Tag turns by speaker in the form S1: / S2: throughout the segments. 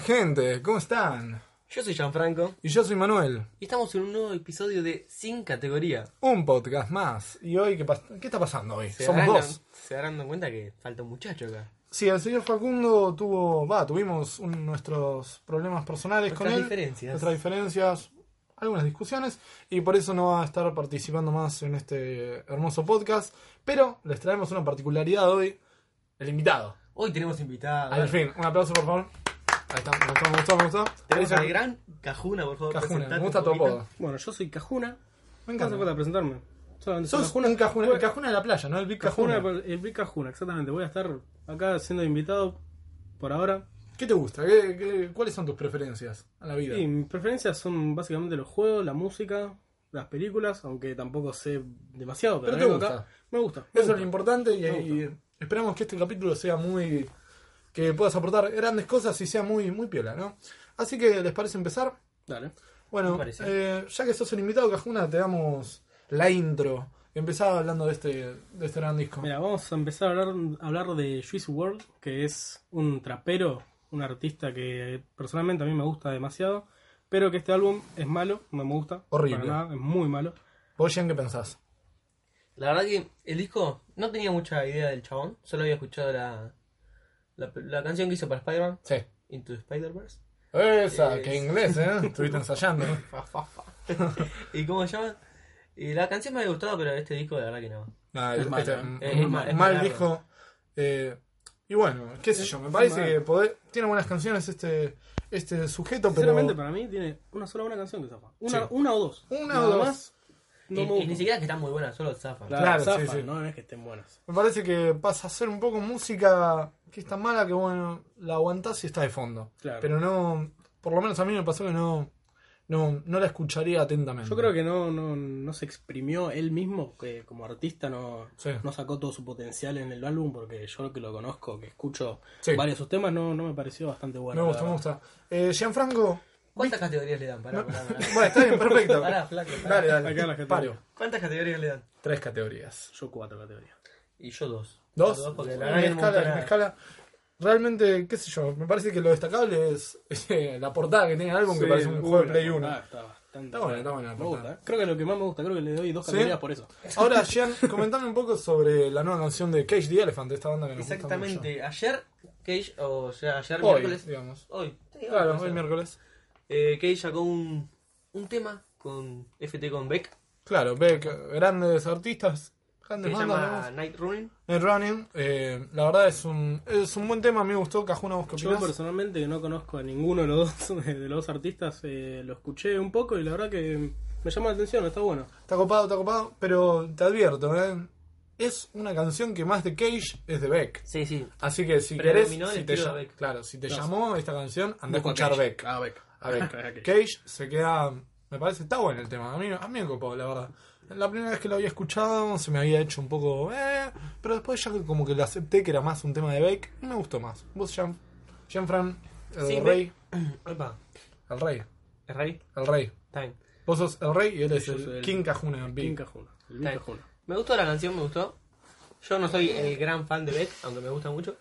S1: gente? ¿Cómo están?
S2: Yo soy Gianfranco
S1: Y yo soy Manuel,
S2: y estamos en un nuevo episodio de Sin Categoría.
S1: un podcast más. ¿Y hoy qué, pas- qué está pasando hoy?
S2: Se
S1: Somos
S2: darán-
S1: dos.
S2: Se darán cuenta que falta un muchacho acá.
S1: Sí, el señor Facundo tuvo, va, tuvimos un- nuestros problemas personales con
S2: Nuestras
S1: él.
S2: diferencias.
S1: Nuestras diferencias, algunas discusiones, y por eso no va a estar participando más en este hermoso podcast. Pero les traemos una particularidad hoy, el invitado.
S2: Hoy tenemos invitado.
S1: Al fin, un aplauso por favor. Ahí está, me gustó, me gustó, me gustó.
S2: Tenemos
S1: Ella-
S2: al gran Cajuna, por favor.
S1: Cajuna,
S2: presentate
S1: me gusta
S2: un
S1: tu
S2: poquito.
S1: apodo.
S3: Bueno, yo soy Cajuna.
S1: Me
S3: No hace falta
S1: encanta.
S3: presentarme. Solamente soy
S1: Sos un cajuna, el cajuna de la playa, ¿no? El Big
S3: Cajuna,
S1: Cajuna.
S3: el Big Cajuna, exactamente. Voy a estar acá siendo invitado por ahora.
S1: ¿Qué te gusta? ¿Qué- qué- cuáles son tus preferencias a la vida?
S3: Y mis preferencias son básicamente los juegos, la música, las películas, aunque tampoco sé demasiado, pero,
S1: Pero te
S3: vengo
S1: gusta.
S3: acá. Me gusta. me
S1: Eso es
S3: gusta.
S1: lo importante y,
S3: Me
S1: y esperamos que este capítulo sea muy... que puedas aportar grandes cosas y sea muy, muy piola, ¿no? Así que, ¿les parece empezar?
S3: Dale.
S1: Bueno,
S2: Me parece.
S1: eh, ya que sos el invitado, Cajuna, te damos la intro. Empezaba hablando de este, de este gran disco.
S3: Mira, vamos a empezar a hablar, a hablar de Juice World, que es un trapero, un artista que personalmente a mí me gusta demasiado, pero que este álbum es malo, no me gusta.
S1: Horrible.
S3: Para nada, es muy malo.
S1: ¿Vos, Jan, qué pensás?
S2: La verdad que el disco no tenía mucha idea del chabón. Solo había escuchado la, la, la canción que hizo para Spider-Man,
S1: Sí.
S2: Into the Spider-Verse.
S1: Esa,
S2: Eh,
S1: que inglés, ¿eh? Estuviste ensayando.
S2: Fa, fa, fa. ¿Y cómo se llama? Y la canción me había gustado, pero este disco la verdad que no.
S1: Nah,
S3: Es
S1: este-
S3: malo,
S1: este-
S3: ¿eh?
S1: un-
S2: Es
S1: un
S2: malo, es
S1: mal
S2: malo.
S1: disco. eh, y bueno, qué sé yo, me parece
S3: malo.
S1: que poder- tiene buenas canciones este, este sujeto, pero
S3: Sinceramente, para mí tiene una sola buena canción que zafa. Una,
S1: Sí.
S3: una o dos.
S1: una
S3: Nada
S1: o dos.
S3: más. No
S2: y,
S3: me
S2: y
S3: gusta.
S2: ni siquiera es que está muy buena, solo zafa.
S3: Claro,
S1: Claro, sí,
S3: zafan,
S1: sí.
S3: No, no es que estén buenas.
S1: Me parece que pasa a ser un poco música que es tan mala que bueno, la aguantás y está de fondo.
S3: Claro.
S1: Pero no, por lo menos a mí me pasó que no, no, no la escucharía atentamente.
S3: Yo creo que no, no, no se exprimió él mismo, que como artista no,
S1: Sí.
S3: no sacó todo su potencial en el álbum, porque yo que lo conozco, que escucho
S1: Sí.
S3: varios de sus temas, no, no me pareció bastante bueno.
S1: Me gusta,
S3: la
S1: me
S3: verdad.
S1: gusta. Eh, Gianfranco.
S2: ¿Cuántas categorías le dan? Pará, pará, pará.
S1: Bueno, está bien, perfecto.
S2: Pará, flaco, pará.
S1: Dale, dale.
S3: Acá las categorías.
S1: Paro.
S2: ¿Cuántas categorías le dan?
S1: Tres categorías.
S3: Yo cuatro categorías.
S2: Y yo dos.
S1: Dos,
S2: porque
S1: en
S2: la verdad que no me
S1: escala,
S2: gustó
S1: en
S2: nada.
S1: escala. Realmente, qué sé yo, me parece que lo destacable es, eh, la portada que tiene el álbum, que parece un juego de Play 1.
S3: Ah, está bastante.
S1: Está buena, está buena la
S3: Me
S1: portada.
S3: gusta. eh. Creo que lo que más me gusta, creo que le doy dos
S1: ¿Sí?
S3: categorías por eso.
S1: Ahora, Jean, comentame un poco sobre la nueva canción de Cage the Elephant, esta banda que nos gusta
S2: Exactamente. Ayer, Cage, o sea, ayer
S1: mucho. Hoy,
S2: miércoles.
S1: digamos.
S2: Hoy. Sí,
S1: Claro,
S2: no sé.
S1: hoy miércoles.
S2: Eh, Cage sacó un, un tema con FT con Beck
S1: Claro, ve que grandes artistas,
S2: que
S1: grandes
S2: se
S1: bandas.
S2: llama
S1: digamos.
S2: Night Running.
S1: Night Running, eh, la verdad es un, es un buen tema, a mí me gustó. Cajuna, ¿vos qué
S3: Yo
S1: opinás?
S3: personalmente que no conozco a ninguno de los dos, de los dos artistas, eh, lo escuché un poco y la verdad que me llama la atención, está bueno.
S1: Está copado, está copado, pero te advierto, ¿eh? Es una canción que más de Cage es de Beck.
S2: Sí, sí.
S1: Así que si querés,
S2: Predominó el
S1: si te,
S2: estilo
S1: lla-
S2: de Beck.
S1: claro, si te llamó esta canción, anda a
S3: Busco
S1: escuchar
S3: Cage.
S1: Beck.
S3: Ah, Beck.
S1: A Beck.
S3: Cage.
S1: Cage se queda, me parece, está bueno el tema. A mí, a mí me copó, la verdad. La primera vez que lo había escuchado se me había hecho un poco, eh, pero después ya como que lo acepté que era más un tema de Beck y me gustó más. Vos, Jean, Jean-Fran, el
S2: Sí,
S1: rey,
S2: Opa,
S1: el rey,
S2: ¿es rey?
S1: el rey.
S2: Time.
S1: Vos sos el rey y él es
S3: Yo
S1: el,
S3: soy el-
S1: King Cajuna. el Big.
S3: King Cajuna. El Big
S2: Time.
S3: Cajuna.
S2: Me gustó la canción, me gustó. Yo no soy el gran fan de Beck, aunque me gusta mucho.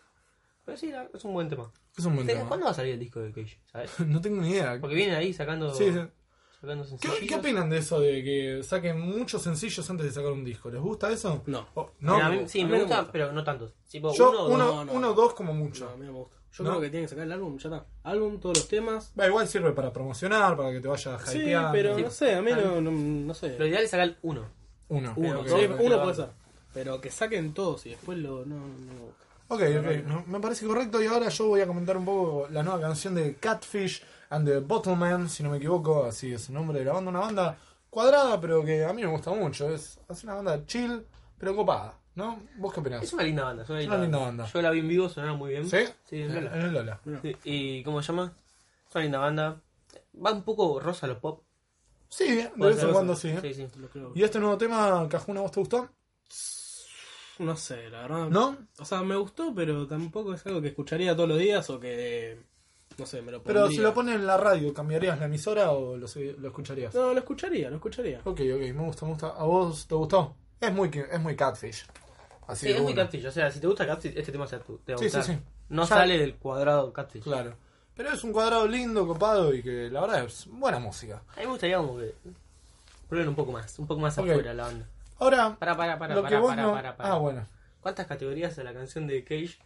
S2: Pero sí, la- es un buen tema.
S1: Es un buen
S2: Sí,
S1: tema.
S2: ¿Cuándo va a salir el disco de Cage? ¿Sabes?
S1: No tengo ni idea.
S2: Porque viene ahí sacando.
S1: Sí, sí.
S2: sacando
S1: ¿Qué,
S2: sencillitos.
S1: qué opinan de eso de que saquen muchos sencillos antes de sacar un disco? ¿Les gusta eso?
S3: No.
S1: Oh, no.
S2: Mira, a mí- sí,
S3: a mí
S2: me
S3: no
S2: gusta,
S3: me gusta.
S2: pero no tantos. Tipo,
S1: Yo
S2: uno
S1: uno,
S2: o dos.
S3: no, no.
S1: uno, dos como
S3: No,
S1: mucho.
S3: a mí no me gusta. Yo
S1: ¿No?
S3: creo que tienen que sacar el álbum, ya está. Álbum, todos los temas.
S1: Va, igual sirve para promocionar, para que te vaya
S3: Sí,
S1: hypeando.
S3: pero no sé, a mí
S2: Ah.
S3: no, no, no
S2: Lo
S3: sé.
S2: ideal es sacar uno.
S1: Uno.
S3: Uno,
S1: Ok,
S3: sí,
S1: ok.
S3: uno puede ser. Pero que saquen todos y después lo. No, no me gusta.
S1: Ok, ok, no, me parece correcto y ahora yo voy a comentar un poco la nueva canción de Catfish and the Bottleman, si no me equivoco, así es el nombre de la banda, una banda cuadrada pero que a mí me gusta mucho, es, es una banda chill pero copada, ¿no? ¿Vos qué opinás?
S2: Es una linda banda, es una linda,
S1: una linda banda.
S2: Yo la vi en vivo, sonaba muy bien.
S1: ¿Sí?
S2: Sí,
S1: En
S2: en Lola.
S1: el Lola.
S2: Sí, ¿Y cómo se llama? Es una linda banda. Va un poco rosa los pop.
S1: Sí, de
S2: Puede
S1: vez
S2: ser.
S1: en cuando sí. ¿eh?
S2: Sí, sí.
S3: Lo creo.
S1: ¿Y este nuevo tema, Cajuna, vos te gustó?
S3: No sé, la verdad.
S1: ¿No?
S3: O sea, me gustó, pero tampoco es algo que escucharía todos los días o que. No sé, me lo
S1: Pero si
S3: pondría.
S1: lo ponen en la radio, ¿cambiarías la emisora o lo, se- lo escucharías?
S3: No, lo escucharía, lo escucharía.
S1: Ok, ok, me gusta, me gusta. ¿A vos te gustó? Es muy, es muy catfish. Así
S2: Sí,
S1: que
S2: es muy
S1: bueno.
S2: catfish. O sea, si te gusta catfish, este tema se- te va a
S1: Sí, sí,
S2: gustar.
S1: sí.
S2: No
S1: Ya-
S2: sale del cuadrado catfish.
S1: Claro. Pero es un cuadrado lindo, copado y que la verdad es buena música.
S2: A mí me gustaría como que. Prueben un poco más, un poco más
S1: Ok.
S2: afuera la banda.
S1: Ahora,
S2: Para, para, para,
S1: lo que
S2: para,
S1: vos
S2: para,
S1: no-
S2: para, para.
S1: Ah, bueno.
S2: ¿Cuántas categorías a la canción de Cage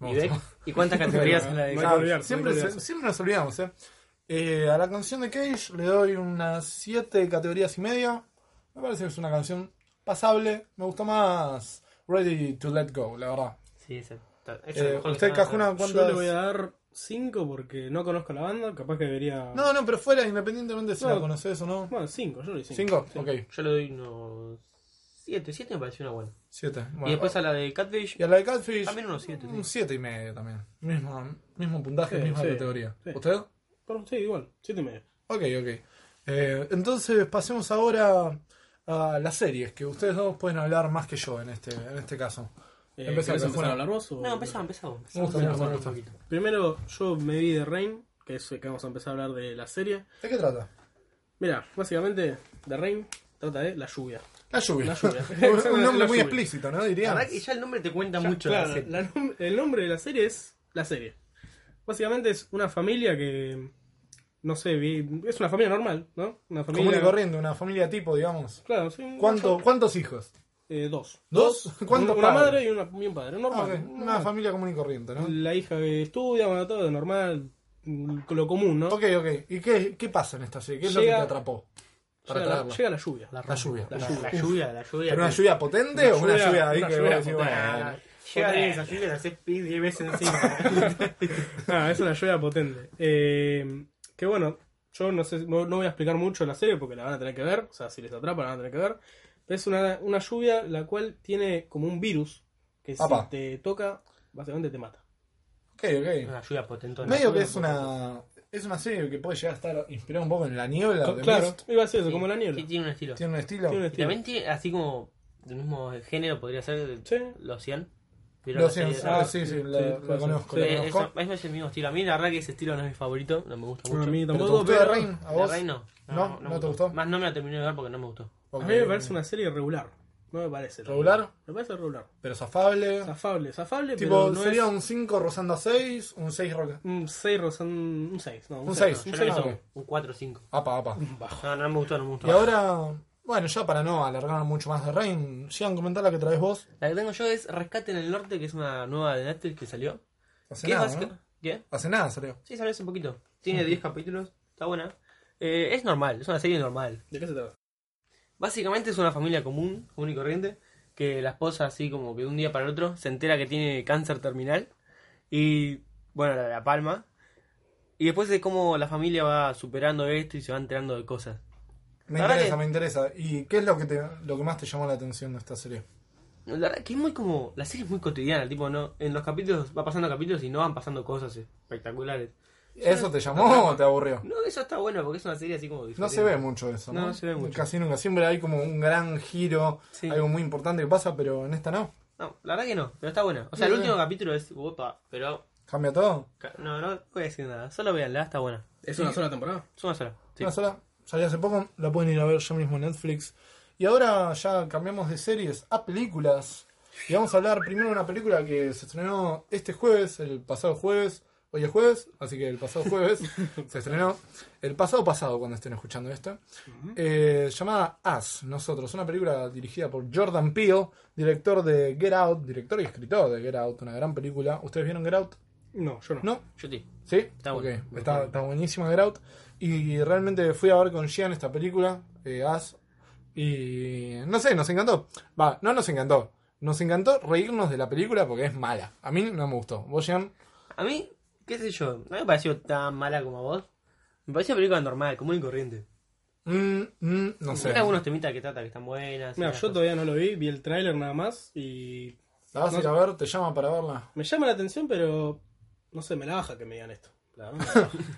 S1: Me
S2: y Beck? ¿Y cuántas categorías a la de
S3: No
S1: Ah,
S3: hay que olvidarse,
S1: siempre,
S3: no hay que
S1: se-
S3: olvidarse.
S1: siempre nos olvidamos, ¿eh? Eh, A la canción de Cage le doy unas 7 categorías y media. Me parece que es una canción pasable. Me gustó más Ready to Let Go, la verdad.
S2: Sí, esa. esa es
S1: Eh,
S2: mejor que
S1: usted,
S2: nada.
S1: Cajuna,
S3: Yo le voy a
S1: ¿cuántas?
S3: dar 5 porque no conozco la banda, capaz que debería...
S1: No, no, pero fuera, independientemente si
S3: No.
S1: la conoces o no.
S3: Bueno, 5, yo le doy 5.
S1: ¿Cinco? Ok,
S2: Yo le doy unos 7, 7 me pareció una buena.
S1: siete.
S2: y
S1: Bueno.
S2: después a la de Catfish,
S1: Y a la de Catfish.
S2: También unos siete,
S1: Un
S2: sí.
S1: 7 y medio también. Mismo, mismo puntaje,
S3: Sí,
S1: misma
S3: sí,
S1: categoría.
S3: sí.
S1: ¿Usted?
S3: Sí, igual, 7 y medio.
S1: Ok, ok. Eh, entonces pasemos ahora a las series, que ustedes dos pueden hablar más que yo en este, en este caso.
S3: Eh,
S1: Empezá,
S3: ¿querés
S1: empezá.
S3: empezar a hablar vos? o-
S2: No, empezamos, empezamos.
S1: Me gusta, me gusta, me gusta.
S3: Primero, yo me vi de Rain, que es que vamos a empezar a hablar de la serie.
S1: ¿De qué trata?
S3: Mira, básicamente, The Rain trata de la lluvia.
S1: La lluvia.
S3: La lluvia.
S1: un nombre muy
S3: La lluvia.
S1: explícito, ¿no? Diría.
S2: La verdad que ya el nombre te cuenta
S3: Ya,
S2: mucho.
S3: claro,
S2: la serie.
S3: la nom- el nombre de la serie es la serie. Básicamente es una familia que. No sé, vi- es una familia normal, ¿no? Una
S1: Común y
S3: familia.
S1: corriente, una familia tipo, digamos.
S3: Claro, sí. un-
S1: ¿Cuánto, ¿Cuántos hijos?
S3: eh, dos.
S1: ¿Dos?
S3: Una,
S1: ¿Cuántos
S3: una
S1: padres?
S3: madre y, una, y un padre,
S1: Ah,
S3: normal.
S1: ok, Una familia común y corriente, ¿no?
S3: La hija que estudia, bueno, todo normal, mm, lo común, ¿no?
S1: Ok, ok. ¿Y qué, qué pasa en esta serie? ¿Qué es lo
S3: Llega-
S1: que te atrapó? Para
S3: Llega la,
S1: traerla.
S3: llega la lluvia.
S1: La lluvia.
S3: La lluvia.
S2: La lluvia, la lluvia.
S1: ¿Pero una
S2: que-
S1: lluvia potente o una
S3: lluvia-
S1: lluvia ahí
S3: una
S1: que
S3: lluvia
S1: vos decís,
S3: potente.
S1: bueno,
S2: Llega de esa lluvia, la haces pis 10 veces encima.
S3: Ah, es una lluvia potente. Eh, que bueno, yo no sé, no no voy a explicar mucho la serie porque la van a tener que ver. O sea, si les atrapa, la van a tener que ver. Es una, una lluvia la cual tiene como un virus que si
S1: Apa.
S3: te toca, básicamente te mata.
S1: Ok, ok.
S2: una lluvia potentona.
S1: Medio que es una es una serie que puede llegar a estar inspirada un poco en la niebla. de
S3: claro,
S1: Mist.
S3: iba a decir eso,
S2: Sí,
S3: como la niebla.
S2: Sí, tiene un estilo.
S1: Tiene un estilo.
S3: Tiene un
S2: Y
S3: estilo.
S2: también tiene, así como del mismo género, podría ser de-
S3: Sí.
S2: Los 100. ¿Vieron
S1: Lo
S2: la
S1: siento,
S2: serie de-
S1: ah,
S3: esa.
S1: sí, sí,
S3: Sí,
S1: la, la
S3: puede ser.
S1: conozco.
S3: Sí,
S1: la
S2: Eh,
S1: conozco.
S2: eso- eso es el mismo estilo. A mí la verdad que ese estilo no es mi favorito, no me gusta
S3: Bueno,
S2: mucho.
S3: a mí
S1: ¿Pero te
S3: tampoco,
S1: gustó de
S3: pero-
S1: Rain? ¿A
S2: La
S1: vos?
S2: verdad no.
S1: No,
S2: me
S1: no te gustó.
S2: Más no me la terminé de ver porque no me gustó.
S1: Ok.
S3: A mí me parece una serie regular. No me parece. la
S1: ¿Regular?
S3: verdad. Me parece regular.
S1: Pero zafable.
S3: Zafable, zafable,
S1: tipo,
S3: pero no
S1: sería
S3: es
S1: un 5 rozando a 6, un 6 roca.
S3: un 6, un 6.
S1: Un seis.
S2: No,
S3: No, seis,
S1: un
S2: yo le
S1: seis,
S2: hizo
S1: ok.
S2: un 4 o 5.
S1: Apa, apa.
S2: No, no me gustó, no me
S1: Y
S3: Ah.
S2: gustó.
S1: ahora, bueno, ya para no alargar mucho más de Rain, llegan a comentar la que traes vos.
S2: La que tengo yo es Rescate en el Norte, que es una nueva de Netflix que salió.
S1: Hace
S2: ¿Qué
S1: nada,
S2: básica-
S1: ¿no?
S2: ¿Qué?
S1: Hace nada salió.
S2: Sí, salió hace poquito. Tiene 10 capítulos, está buena. Eh, es normal, es una serie normal.
S3: ¿De qué se trata?
S2: Básicamente es una familia común, común y corriente, que la esposa así como que de un día para el otro se entera que tiene cáncer terminal y bueno, la, la palma. Y después de cómo la familia va superando esto y se va enterando de cosas.
S1: Me
S2: La verdad
S1: interesa,
S2: que-
S1: me interesa. ¿Y qué es lo que, te, lo que más te llamó la atención de esta serie?
S2: La verdad que es muy como. La serie es muy cotidiana, tipo, no. En los capítulos va pasando capítulos y no van pasando cosas espectaculares.
S1: ¿Eso te llamó o te aburrió?
S2: No, eso está bueno porque es una serie así como.
S1: No
S2: diferente.
S1: se ve mucho eso, ¿no?
S2: No, no se ve mucho.
S1: Casi nunca. Siempre hay como un gran giro,
S2: Sí.
S1: algo muy importante que pasa, pero en esta no.
S2: No, la verdad que no, pero está buena. O sea, el
S1: Bien.
S2: último capítulo es. Opa, pero.
S1: ¿Cambia todo?
S2: ca- No, no voy a decir nada, solo veanla, está buena.
S3: ¿Es una sola temporada?
S2: Es una sola. Sí.
S1: Una sola. Salió hace poco, la pueden ir a ver ya mismo en Netflix. Y ahora ya cambiamos de series a películas. Y vamos a hablar primero de una película que se estrenó este jueves, el pasado jueves. Hoy es jueves, así que el pasado jueves se estrenó. El pasado pasado, cuando estén escuchando esto. Eh, llamada Us, Nosotros. Una película dirigida por Jordan Peele, director de Get Out, director y escritor de Get Out. Una gran película. ¿Ustedes vieron Get Out?
S3: No, yo no.
S1: ¿No?
S2: Yo sí.
S1: ¿Sí? Está,
S2: bueno.
S1: está, está buenísima Grout. Y realmente fui a ver con Gian esta película, eh, As. Y no sé, nos encantó. Va, no nos encantó. Nos encantó reírnos de la película porque es mala. A mí no me gustó. ¿Vos, Gian?
S2: A mí, qué sé yo, no me pareció tan mala como a vos. Me pareció una película normal, común y corriente.
S1: Mm, mm, no sé.
S2: Tiene algunos temitas que trata que están buenas.
S3: Mira,
S2: unas
S3: yo
S2: cosas.
S3: todavía no lo vi, vi el tráiler nada más y
S1: ¿La vas a ir a ver? ¿Te llama para verla?
S3: me llama la atención, pero no sé, me la baja que me digan esto. La verdad,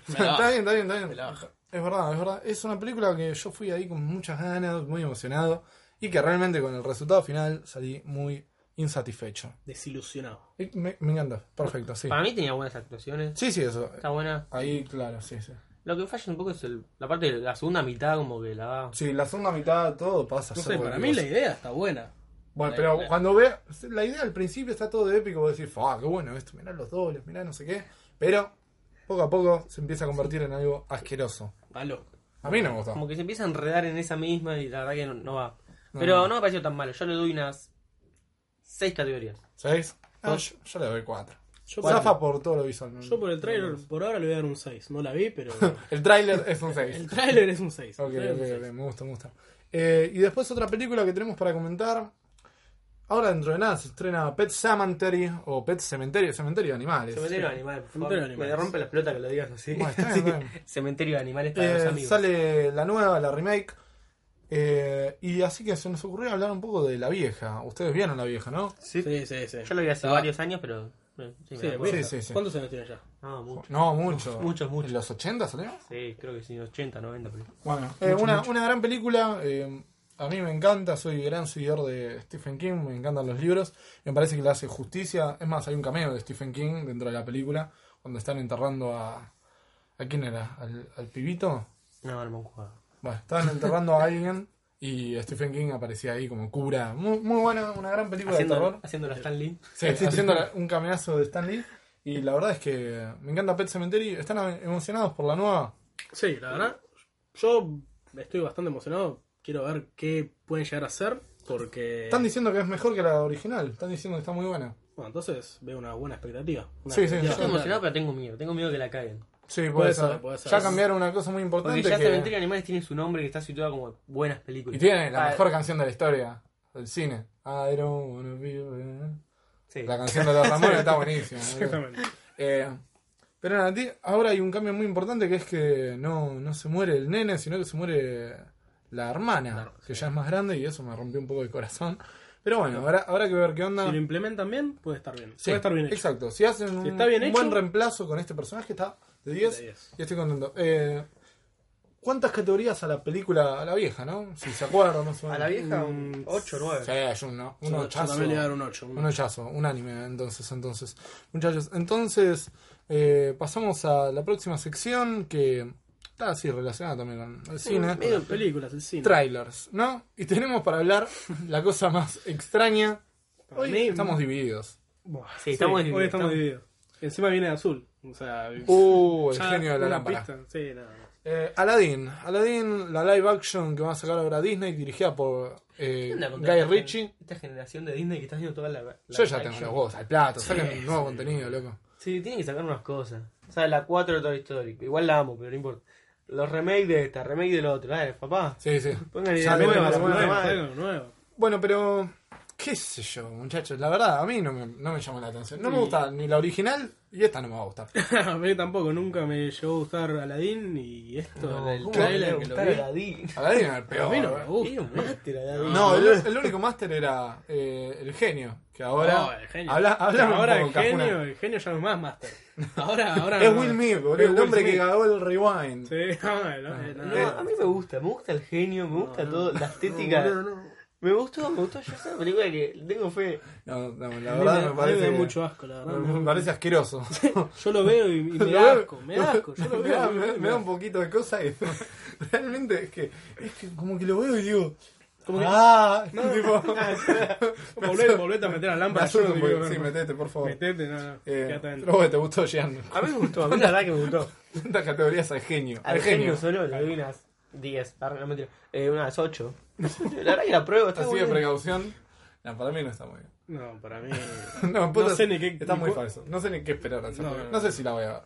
S3: me la baja. Me la
S1: está
S3: baja.
S1: bien, está bien, está bien.
S3: la baja.
S1: Es verdad, es verdad. Es una película que yo fui ahí con muchas ganas, muy emocionado. Y que realmente con el resultado final salí muy insatisfecho.
S3: Desilusionado.
S1: Y me, me encanta. Perfecto, sí.
S3: Ah.
S2: Para mí tenía buenas actuaciones.
S1: Sí, sí, eso.
S2: Está buena.
S1: Ahí, claro, sí, sí.
S2: Lo que falla un poco es el- la parte de la segunda mitad, como que la va.
S1: Sí, la segunda mitad todo pasa.
S3: No
S1: ser
S3: sé, para mí
S1: voluptuoso.
S3: la idea está buena.
S1: Bueno, pero cuando ve. La idea al principio está todo de épico. Vos decís, ah, qué bueno esto, mirá los dobles, mirá no sé qué. Pero poco a poco se empieza a convertir en algo asqueroso.
S3: Palo.
S1: A mí no me gusta.
S2: Como que se empieza a enredar en esa misma y la verdad que no, no va. Pero no me pareció tan malo. Yo le doy unas seis categorías.
S1: ¿Sabéis? No, yo, yo le doy cuatro.
S3: Yo
S1: Zafa
S3: por,
S1: por todo lo visual. ¿no?
S3: yo por el trailer, por ahora le voy a dar un 6. No la vi, pero
S1: El tráiler es un 6.
S3: el trailer es un 6.
S1: Ok, ok, ok, me gusta, me gusta. Eh, y después otra película que tenemos para comentar. Ahora dentro de nada se estrena Pet Cemetery o Pet Cementerio, Cementerio de Animales.
S2: Cementerio de animales, por favor.
S3: Cementerio de animales.
S2: Me rompe la pelota que lo digas así.
S1: Bueno, está bien,
S2: Sí.
S1: está bien.
S2: Cementerio de animales para los
S1: Eh,
S2: amigos.
S1: sale la nueva, la remake. Eh, y así que se nos ocurrió hablar un poco de la vieja. Ustedes vieron la vieja, ¿no?
S3: Sí, sí, sí. sí.
S2: Yo lo vi hace
S3: Ah,
S2: varios años, pero. bueno, sí, me
S3: sí,
S2: acuerdo.
S1: mire.
S3: mira,
S1: sí, sí.
S3: ¿Cuántos años tiene ya?
S2: Ah, mucho.
S1: No, mucho.
S2: Muchos, muchos.
S1: ¿En los 80 salió?
S2: Sí, creo que sí, 80, 90. Pero...
S1: Bueno, eh, una, una gran película. eh, a mí me encanta, soy gran seguidor de Stephen King, me encantan los libros. Me parece que le hace justicia. Es más, hay un cameo de Stephen King dentro de la película, cuando están enterrando a. ¿A quién era? ¿Al, al pibito?
S2: No, no me han jugado.
S1: Bueno, estaban enterrando a alguien y Stephen King aparecía ahí como cura. Muy, muy buena, una gran película de terror.
S2: Haciendo, haciendo la Stanley.
S1: Sí, haciendo la- un cameazo de Stan Lee. Y la verdad es que me encanta Pet Cemetery. ¿Están emocionados por la nueva?
S3: Sí, la verdad. Yo estoy bastante emocionado. Quiero ver qué pueden llegar a hacer. Porque.
S1: Están diciendo que es mejor que la original. Están diciendo que está muy buena.
S3: Bueno, entonces veo una buena expectativa. Una
S1: Sí, sí,
S3: expectativa
S2: Estoy
S1: Claro.
S2: emocionado, pero tengo miedo. Tengo miedo que la caguen.
S1: Sí, puede,
S3: Puede
S1: ser.
S3: ser, puede ser.
S1: Ya cambiaron una cosa muy
S2: Porque
S1: importante.
S2: ya
S1: que-
S2: Cementerio de Animales tiene su nombre que está situado como buenas películas.
S1: Y tiene la
S2: Ah,
S1: mejor canción de la historia del cine. I don't wanna be a-
S2: Sí.
S1: La canción de los Ramones está buenísima. boludo.
S3: Exactamente.
S1: Eh, pero nada, ti- ahora hay un cambio muy importante que es que no, no se muere el nene, sino que se muere la hermana, que ya es más grande y eso me rompió un poco el corazón. Pero bueno, habrá, habrá que ver qué onda.
S3: Si lo implementan bien, puede estar bien.
S1: Sí,
S3: puede estar bien hecho.
S1: Exacto. Si hacen un,
S3: está bien
S1: un
S3: hecho-
S1: buen reemplazo con este personaje, está de 10.
S3: De 10.
S1: Y estoy contento. Eh, ¿Cuántas categorías a la película, a la vieja, no? Si se acuerdan, más o menos.
S2: A la vieja, un 8 o 9.
S1: Sí, hay un, ¿no? un
S3: Yo- yo
S1: ochazo.
S3: también le voy a dar un 8.
S1: Un hallazo, un anime, entonces, entonces. Muchachos, entonces eh, pasamos a la próxima sección que está así relacionada también con el cine.
S2: Medio peli-
S3: Películas, el cine.
S1: Trailers, ¿no? Y tenemos para hablar la cosa más extraña.
S3: Para
S1: Hoy
S3: mí-
S1: estamos divididos.
S3: Buah,
S2: Sí, estamos divididos,
S3: Hoy estamos,
S2: estamos-
S3: divididos. Encima viene de azul. O sea,
S1: Uh, el
S3: ya
S1: genio de la
S3: una
S1: lámpara.
S3: pista. Sí, nada más.
S1: Eh, Aladdin, Aladdin, la live action que va a sacar ahora Disney, dirigida por eh,
S2: ¿Qué onda con
S1: Guy
S2: esta gen-
S1: Ritchie.
S2: Esta generación de Disney que está haciendo toda la. la
S1: Yo ya
S2: action.
S1: tengo los huevos al plato, saquen nuevo contenido, loco.
S2: Sí, tienen que sacar unas cosas. O sea, la 4 de Toy Story. Igual la amo, pero no importa. Los remakes de esta, remake del otro. Dale, papá.
S1: Sí, sí.
S2: Pongan ideas
S1: Sale
S2: nuevas,
S1: nuevo,
S2: nuevas,
S1: nuevo,
S2: madre.
S3: Nuevo, nuevo.
S1: Bueno, pero. ¿Qué sé yo, muchachos? La verdad, a mí no me, no me llamó la atención. No me gusta ni la original y esta no me va a gustar.
S3: A mí tampoco, nunca me llegó a gustar Aladdin y esto del
S2: ¿Cómo le va
S3: trailer
S2: a
S3: que lo
S2: gustar
S3: vi.
S2: a
S3: Este
S2: la Disney?
S1: Aladdin era el
S3: A
S1: peor.
S3: mí no me
S1: ¿eh?
S2: Era
S3: gusta.
S2: un máster a la Disney.
S1: No, el, el único máster era eh, el genio. Que ahora.
S3: No, el genio.
S1: Habla, habla un
S3: ahora el
S1: poco, Cajuna.
S3: genio, el genio ya no es más Master. Ahora, ahora.
S1: Es
S3: no.
S1: Will Smith, boludo,
S3: Es
S1: el
S3: Will
S1: hombre que
S3: Smith.
S1: cagó el rewind.
S3: Sí, no, no, no,
S2: No, a mí me gusta, me gusta el genio, me gusta todo, la estética.
S3: Eh. no, no, no.
S2: Me gustó, me gustó. Yo esa película que tengo fe.
S1: No, no, la
S3: A mí
S1: verdad
S3: me- a
S1: me
S3: mí
S1: parece.
S3: me da mucho asco, la verdad.
S1: me parece asqueroso.
S3: Yo lo veo y, y me
S1: Lo
S3: da
S1: veo-
S3: asco, me da asco. Yo lo
S1: me, da,
S3: veo. y
S1: me- me da un poquito de cosa y realmente es que, es que como que lo veo y digo.
S3: Como que-
S1: ah, tipo,
S3: Volvete, volvete a meter la
S1: me
S3: lámpara. yo
S1: ayuda
S3: no
S1: un poco.
S3: te quiero ver
S1: Sí,
S3: más.
S1: metete, por favor.
S3: Metete, no, no.
S1: Eh,
S3: quédate adentro.
S1: pero bueno, te gustó, Gian.
S2: A mí me gustó, a mí la verdad que me gustó.
S1: ¿Cuántas categorías al genio?
S2: Al genio solo le doy unas 10, ah, no, mentira, eh, unas 8. La verdad que la pruebo, está
S1: Así de
S2: buena.
S1: precaución. No, para mí no está muy bien.
S3: No, para mí.
S1: No, puta,
S3: sé ni qué-
S1: Está
S3: ni
S1: muy
S3: cu-
S1: falso. No sé ni qué esperar. o sea,
S3: No,
S1: porque-
S3: no,
S1: no sé si la voy a ver.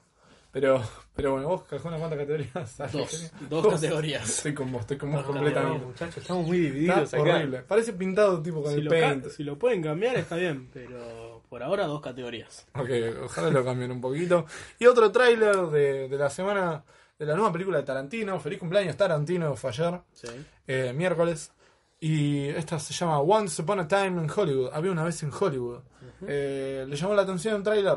S1: Pero, pero bueno, vos, Cajona, ¿cuántas categorías? al
S3: Dos,
S1: genio?
S3: dos categorías.
S1: Estoy con vos, estoy con vos
S2: No, no,
S1: completamente.
S2: muchachos, estamos muy
S1: Está
S2: divididos acá.
S1: horrible. Parece pintado tipo con
S3: Si
S1: el
S3: lo,
S1: paint.
S3: ca- si lo pueden cambiar está bien, pero por ahora dos categorías.
S1: Ok, ojalá lo cambien un poquito. Y otro tráiler de, de la semana de la nueva película de Tarantino. Feliz cumpleaños, Tarantino, fue ayer,
S3: Sí.
S1: eh, miércoles. Y esta se llama Once Upon a Time in Hollywood. Había una vez en Hollywood. Eh, ¿Le llamó la atención el tráiler?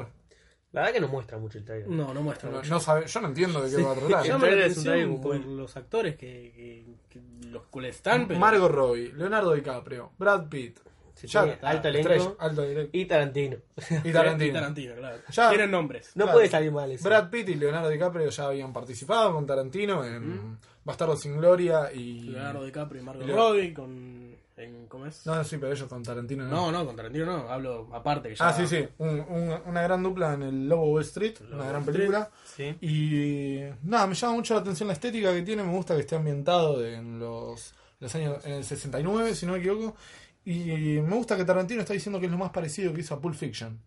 S2: La verdad que no muestra mucho el trailer.
S3: No, no muestra
S1: No,
S3: mucho.
S1: no sabe- yo no entiendo de qué va a
S2: Sí.
S1: tratar.
S3: Llama la
S2: trailer es un trailer
S3: atención
S2: muy
S3: por
S2: bueno.
S3: los actores que, que- que- los cuales están, pero
S1: Margot Robbie, Leonardo DiCaprio, Brad Pitt.
S2: Sí,
S1: Ya-
S2: tiene alto elenco.
S1: estrella, alto directo.
S2: Y Tarantino.
S1: Y
S3: Y
S1: Tarantino.
S3: Tarantino, claro.
S1: Ya-
S3: Tienen nombres.
S2: No
S1: Claro.
S2: puede salir mal eso.
S1: Brad Pitt y Leonardo DiCaprio ya habían participado con Tarantino en Bastardo sin Gloria y
S3: Leonardo DiCaprio y Margot
S1: Leo-
S3: Robbie con en, ¿Cómo es?
S1: No, sí, pero ellos con Tarantino no.
S3: No, no, con Tarantino no, hablo aparte. Que ya,
S1: Ah, sí, sí. Un- un- una gran dupla en el Lobo Wall Street,
S3: Lobo
S1: una gran
S3: Wall
S1: película.
S2: Sí.
S1: Y nada, me llama mucho la atención la estética que tiene, me gusta que esté ambientado en los, los años en el 69, si no me equivoco. Y me gusta que Tarantino está diciendo que es lo más parecido que hizo a Pulp Fiction.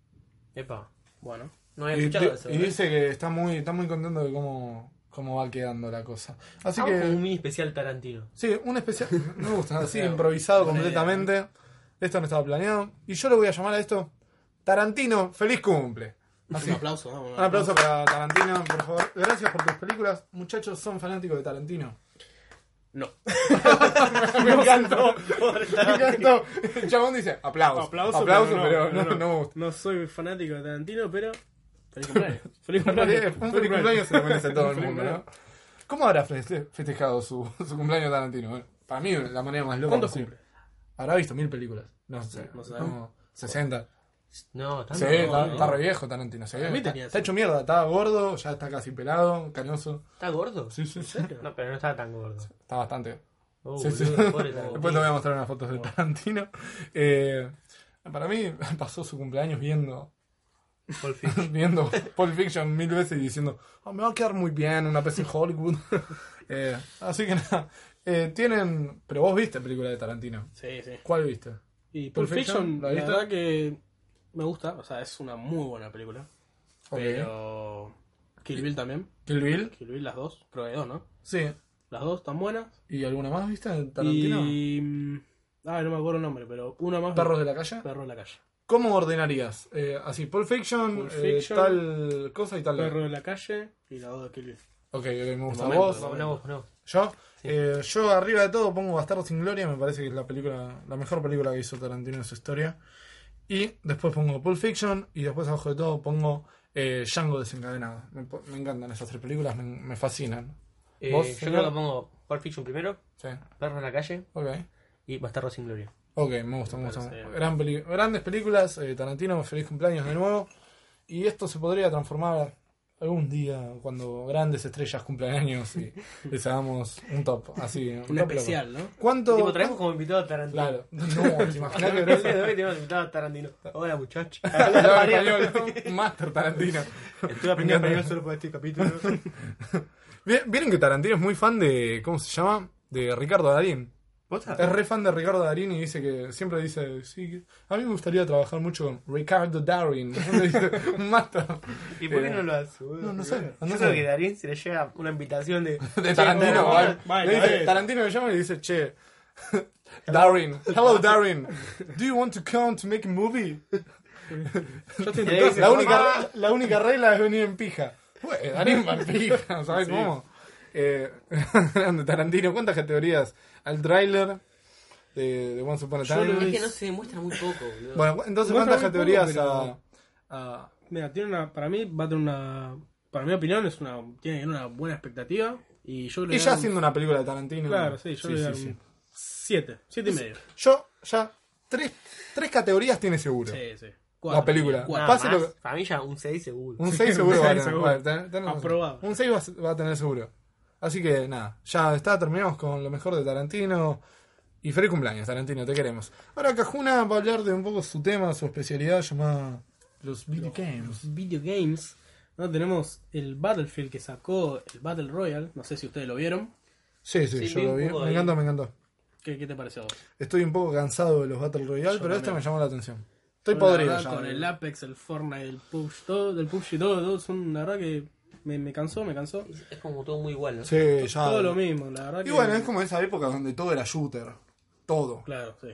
S2: Epa.
S3: Bueno,
S2: No había
S1: y,
S2: escuchado
S1: di-
S2: Ah, eso. ¿eh?
S1: y dice que está muy está muy contento de cómo, cómo va quedando la cosa. Así
S2: Vamos con un
S1: que
S2: mini especial Tarantino.
S1: sí, un especial me gusta, así
S3: Claro,
S1: improvisado
S3: buena idea,
S1: completamente. Esto no estaba planeado y yo le voy a llamar a esto Tarantino, feliz cumple.
S3: un aplauso. vamos,
S1: Ah, Un aplauso para Tarantino, por favor. Gracias por tus películas. Muchachos, son fanáticos de Tarantino.
S3: No.
S1: Me encantó. Me encantó. El chabón dice, aplauso.
S3: Aplauso,
S1: Aplauso, pero, no, no, me gusta.
S3: No soy fanático de Tarantino, pero. Feliz cumpleaños. Feliz cumpleaños.
S1: Eh, Un feliz cumpleaños se lo merece todo el
S3: Feliz
S1: mundo,
S3: cumpleaños.
S1: ¿no? ¿Cómo habrá feste- festejado su, su cumpleaños Tarantino? Bueno, para mí, la manera más loca
S3: ¿Cuántos
S1: posible.
S3: cumple?
S1: Habrá visto mil películas. No sé.
S3: no sé.
S1: como 60.
S2: Ah, No, tanto.
S1: Sí, está,
S2: no.
S1: está re viejo Tarantino. se ve.
S3: A mí
S1: Está,
S3: tenía
S1: está hecho mierda. Está gordo, ya está casi pelado, cañoso.
S2: ¿Está gordo?
S1: Sí, sí, sí.
S2: No, pero no estaba tan gordo.
S1: Está bastante.
S2: Oh,
S1: Sí, sí.
S2: boludo, pobre
S1: Después te voy
S2: Tarantino.
S1: a mostrar unas fotos de Tarantino. Eh, para mí pasó su cumpleaños viendo
S2: Pulp Fiction.
S1: viendo Pulp Fiction mil veces y diciendo, "Ah, me va a quedar muy bien una vez en Hollywood. Eh, así que nada, eh, tienen... Pero vos viste película de Tarantino.
S3: Sí, sí.
S1: ¿Cuál viste?
S3: Y Pulp
S1: Pulp Fiction,
S3: Fiction,
S1: ¿la
S3: la,
S1: viste?
S3: verdad que me gusta, o sea, es una muy buena película.
S1: Ok.
S3: Pero. Kill Bill también.
S1: Kill Bill.
S3: Kill Bill, las dos. Creo que hay dos, ¿no?
S1: Sí.
S3: Las dos están buenas.
S1: ¿Y alguna más viste de Tarantino?
S3: Y. mm, Ah, no me acuerdo el nombre, pero una más.
S1: ¿Perros de la calle?
S3: Perro de la calle.
S1: ¿Cómo ordenarías? Eh, así, Pulp Fiction,
S3: Pulp
S1: eh,
S3: Fiction.
S1: tal cosa y tal...
S3: Perro de la calle y la dos de Kill Bill.
S1: Ok, ok, me gusta.
S3: momento,
S1: ¿Vos?
S2: No, no, no.
S1: ¿Yo? Eh, yo arriba de todo pongo Bastardo sin Gloria, me parece que es la película, la mejor película que hizo Tarantino en su historia. Y después pongo Pulp Fiction y después abajo de todo pongo eh, Django desencadenado. Me, po- me encantan esas tres películas, me, me fascinan.
S2: Eh,
S1: ¿Vos,
S2: yo
S1: señor?
S2: creo que pongo Pulp Fiction primero,
S1: Sí.
S2: Perro en la calle
S1: Ok.
S2: y Bastardo sin gloria.
S1: Ok, me gusta, me gusta.
S3: parece-
S1: Gran peli- grandes películas, eh, Tarantino, feliz cumpleaños de nuevo. Y esto se podría transformar algún día cuando grandes estrellas cumplan años y les hagamos un top, así.
S3: Un
S1: top loco.
S3: especial, ¿no?
S1: ¿Cuánto?
S2: Tipo, traemos como invitado a Tarantino.
S1: Claro. No, ¿te imaginas que
S2: Claro,
S1: groso?
S2: tenemos invitado a Tarantino. Hola, muchachos.
S1: Hablaba español, ¿no? Master Tarantino.
S2: Estuve aprendiendo español solo para este capítulo.
S1: Vi- Vieron que Tarantino es muy fan de. ¿Cómo se llama? De Ricardo Darín. Es re fan de Ricardo Darín y dice que siempre dice. Sí, que- a mí me gustaría trabajar mucho con Ricardo Darín. Siempre dice, Master.
S2: ¿Y por qué
S1: Eh,
S2: no lo hace?
S1: no, no sé, no
S2: Yo
S1: sé.
S2: creo que Darín se le llega una invitación de.
S1: De Tarantino,
S2: vos,
S1: vale.
S3: vale,
S1: Le dice-
S3: vale.
S1: Tarantino me llama y dice, che. Darin, hello Darin, do you want to come to make a movie?
S3: Yo estoy
S2: Le dice,
S1: La única,
S2: "Mamá".
S1: la única regla es venir en pija. Bueno, Darín va en pija, ¿sabes cómo? Eh, grande Tarantino, ¿cuántas categorías al tráiler de, de Once Upon a
S3: Yo
S1: Time?
S3: lo
S2: Es que no se demuestra muy poco, boludo.
S1: Bueno, entonces, ¿cuántas
S3: Bueno, muy poco,
S1: categorías
S3: pero- ah,
S1: a, a-
S3: Mira, tiene una, para mí va a tener una, para mi opinión es una, tiene una buena expectativa y yo le
S1: Y
S3: voy a
S1: ya
S3: dar un-
S1: haciendo una película de Tarantino.
S3: claro, sí, yo le voy a dar
S1: sí,
S3: un
S1: sí.
S3: siete, siete y medio.
S1: Yo ya tres, tres categorías tiene seguro.
S3: Sí, sí.
S1: La película.
S2: Nada
S1: pase
S2: más.
S1: lo que-
S2: Para mí ya un 6 seguro.
S1: Un 6 seguro
S3: Un
S1: va a
S3: seis
S1: tener.
S3: seguro.
S1: va a tener- tenés razón.
S3: Aprobado.
S1: Un 6 va, a se- va a tener seguro. Así que nada, ya está, terminamos con lo mejor de Tarantino. Y feliz cumpleaños, Tarantino, te queremos. Ahora Cajuna va a hablar de un poco su tema, su especialidad llamada los video games.
S3: Video games, ¿no? Tenemos el Battlefield que sacó el Battle Royale, no sé si ustedes lo vieron.
S1: Sí, sí,
S2: Sí,
S1: yo
S2: vi
S1: lo
S2: un
S1: vi.
S2: poco
S1: Me
S2: ahí.
S1: encantó, me encantó.
S3: ¿Qué, qué te pareció? a vos?
S1: Estoy un poco cansado de los Battle Royale, pero este me llamó la atención. Estoy
S3: Yo, la
S1: podrido
S3: verdad,
S1: ya.
S3: Con el Apex, el Fortnite, el PUBG, todo, del PUBG todo, todo son la verdad que me, me cansó, me cansó.
S2: Es como todo muy igual, ¿no?
S1: Sí, ya.
S3: Todo lo mismo, la verdad
S1: Ah, Y
S3: que
S1: bueno, es como esa época donde todo era shooter. Todo.
S3: claro, sí.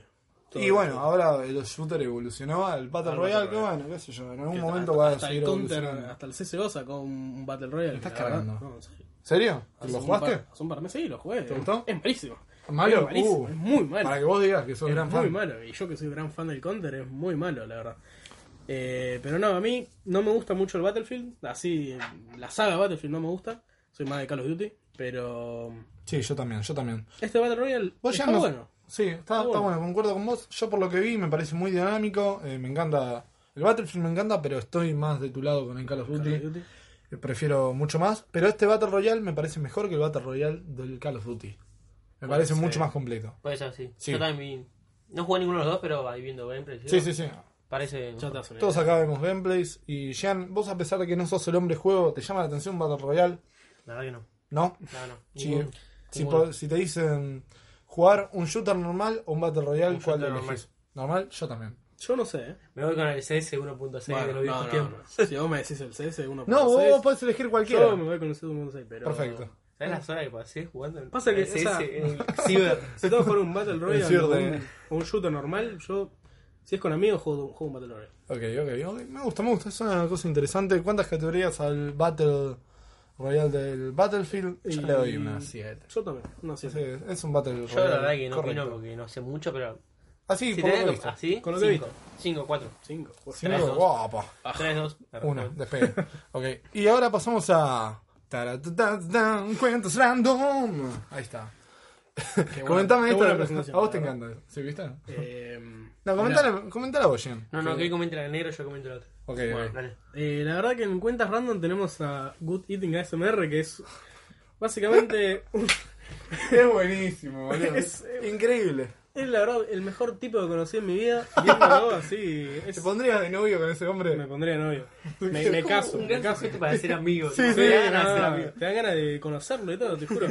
S1: Y bueno, ahora el shooter evolucionó al Battle
S3: Al
S1: Royale,
S3: Battle
S1: que bueno, qué sé yo, en algún
S3: Que
S1: momento
S3: hasta-
S1: va a
S3: hasta
S1: seguir
S3: el Counter,
S1: evolucionando.
S3: hasta el CSGO sacó un, un Battle Royale.
S1: estás
S3: la verdad,
S1: cargando.
S3: no, en serio.
S1: ¿Serio?
S3: Hace
S1: ¿Lo
S3: un
S1: jugaste?
S3: par- hace un par de meses sí, lo jugué.
S1: ¿Te gustó?
S3: Es malísimo.
S1: ¿Malo?
S3: Es malísimo,
S1: Uh,
S3: es muy malo.
S1: Para que vos digas que sos
S3: es
S1: gran
S3: muy
S1: fan.
S3: malo. Y yo que soy gran fan del Counter, es muy malo, la verdad. Eh, pero no, a mí no me gusta mucho el Battlefield. Así, la saga Battlefield no me gusta. Soy más de Call of Duty. Pero um,
S1: Sí, yo también, yo también.
S3: este Battle Royale
S1: Vos ya
S3: está
S1: no-
S3: bueno.
S1: Sí, está, está bueno.
S3: bueno.
S1: concuerdo con vos. Yo por lo que vi me parece muy dinámico, eh, me encanta... El Battlefield me encanta, pero estoy más de tu lado con el Call of
S3: Call of
S1: Duty.
S3: Duty.
S1: eh, Prefiero mucho más. Pero este Battle Royale me parece mejor que el Battle Royale del Call of Duty. Me parece
S3: sí.
S1: mucho más completo.
S2: Puede ser, sí.
S1: Sí.
S2: Yo también vi No jugué ninguno de los dos, pero ahí viendo gameplay.
S1: Sí, sí, sí.
S2: Parece.
S3: Ya te das una
S1: Todos
S3: idea.
S1: acá vemos gameplays. Y Jean, vos a pesar de que no sos el hombre juego, ¿te llama la atención Battle Royale?
S2: La verdad que no.
S1: ¿No?
S2: No, no.
S1: Sí.
S2: Ninguno.
S1: Si,
S2: Ninguno.
S1: po- si te dicen jugar un shooter normal o un Battle Royale,
S2: Un
S1: ¿cuál
S2: shooter
S1: elegís? Normal, yo también.
S3: Yo no sé, ¿eh?
S2: Me voy con el CS 1.6 de
S3: Bueno,
S2: los viejos
S3: no, no,
S2: tiempos.
S3: no. Si vos me decís el CS, uno
S1: No,
S3: por
S1: vos,
S3: seis,
S1: vos podés elegir cualquiera.
S3: Yo me voy con el CS1.6, pero...
S1: Perfecto.
S2: ¿Sabes las horas que pasé jugando? en-
S3: Pasa que
S2: en CS,
S3: esa-
S2: en el ciber.
S3: Si tengo que jugar un Battle Royale
S1: El
S3: o
S1: ciber de-
S3: un, o un shooter normal, yo, si es con amigos, juego, juego un Battle Royale.
S1: Ok, ok, ok. Me gusta, me gusta. Es una cosa interesante. ¿Cuántas categorías al Battle Royale del Battlefield? Yo
S3: Y-
S1: le doy una 7.
S3: Yo también, no sé.
S1: Sí, es un Battle Royale.
S2: Yo la verdad que no
S1: correcto.
S2: opino porque no sé mucho, pero.
S1: Así,
S2: Si
S1: por lo
S2: tenés
S1: que
S2: que-
S1: viste.
S2: así,
S3: Con lo que he
S2: 5, 4,
S3: Cinco. bueno.
S1: Sí,
S2: Tres,
S1: no,
S2: dos.
S1: guapa.
S2: 3, 2.
S1: Una, despegue. ok. Y ahora pasamos a. Taratatán, Cuentos random. Ahí está.
S3: buena-
S1: comentame
S3: qué
S1: esto.
S3: buena
S1: de-
S3: presentación,
S1: a vos te
S3: la
S1: encanta. ¿Sí viste?
S3: Eh,
S1: No, comentale, comentala vos, Jen.
S2: No, no, que él comente la de negro, yo comento la otra.
S1: Ok,
S2: Bueno,
S1: ok.
S2: dale.
S3: eh, la verdad que en cuentas random tenemos a Good Eating ASMR, que es básicamente un-
S1: Es buenísimo, boludo.
S3: Es-
S1: Es increíble.
S3: es la verdad el mejor tipo que conocí en mi vida. Viéndolo así,
S1: ¿Te
S3: es-
S1: pondrías de novio con ese
S3: me
S1: hombre?
S3: pondría novio. Me, me caso,
S2: Un
S3: me
S2: gran
S3: caso.
S2: sujeto para ser amigo.
S1: Sí,
S2: ¿no?
S1: sí,
S2: Me
S3: Sí,
S2: dan ganas de ser
S3: no,
S2: amigo.
S3: te dan ganas de conocerlo y todo, te juro.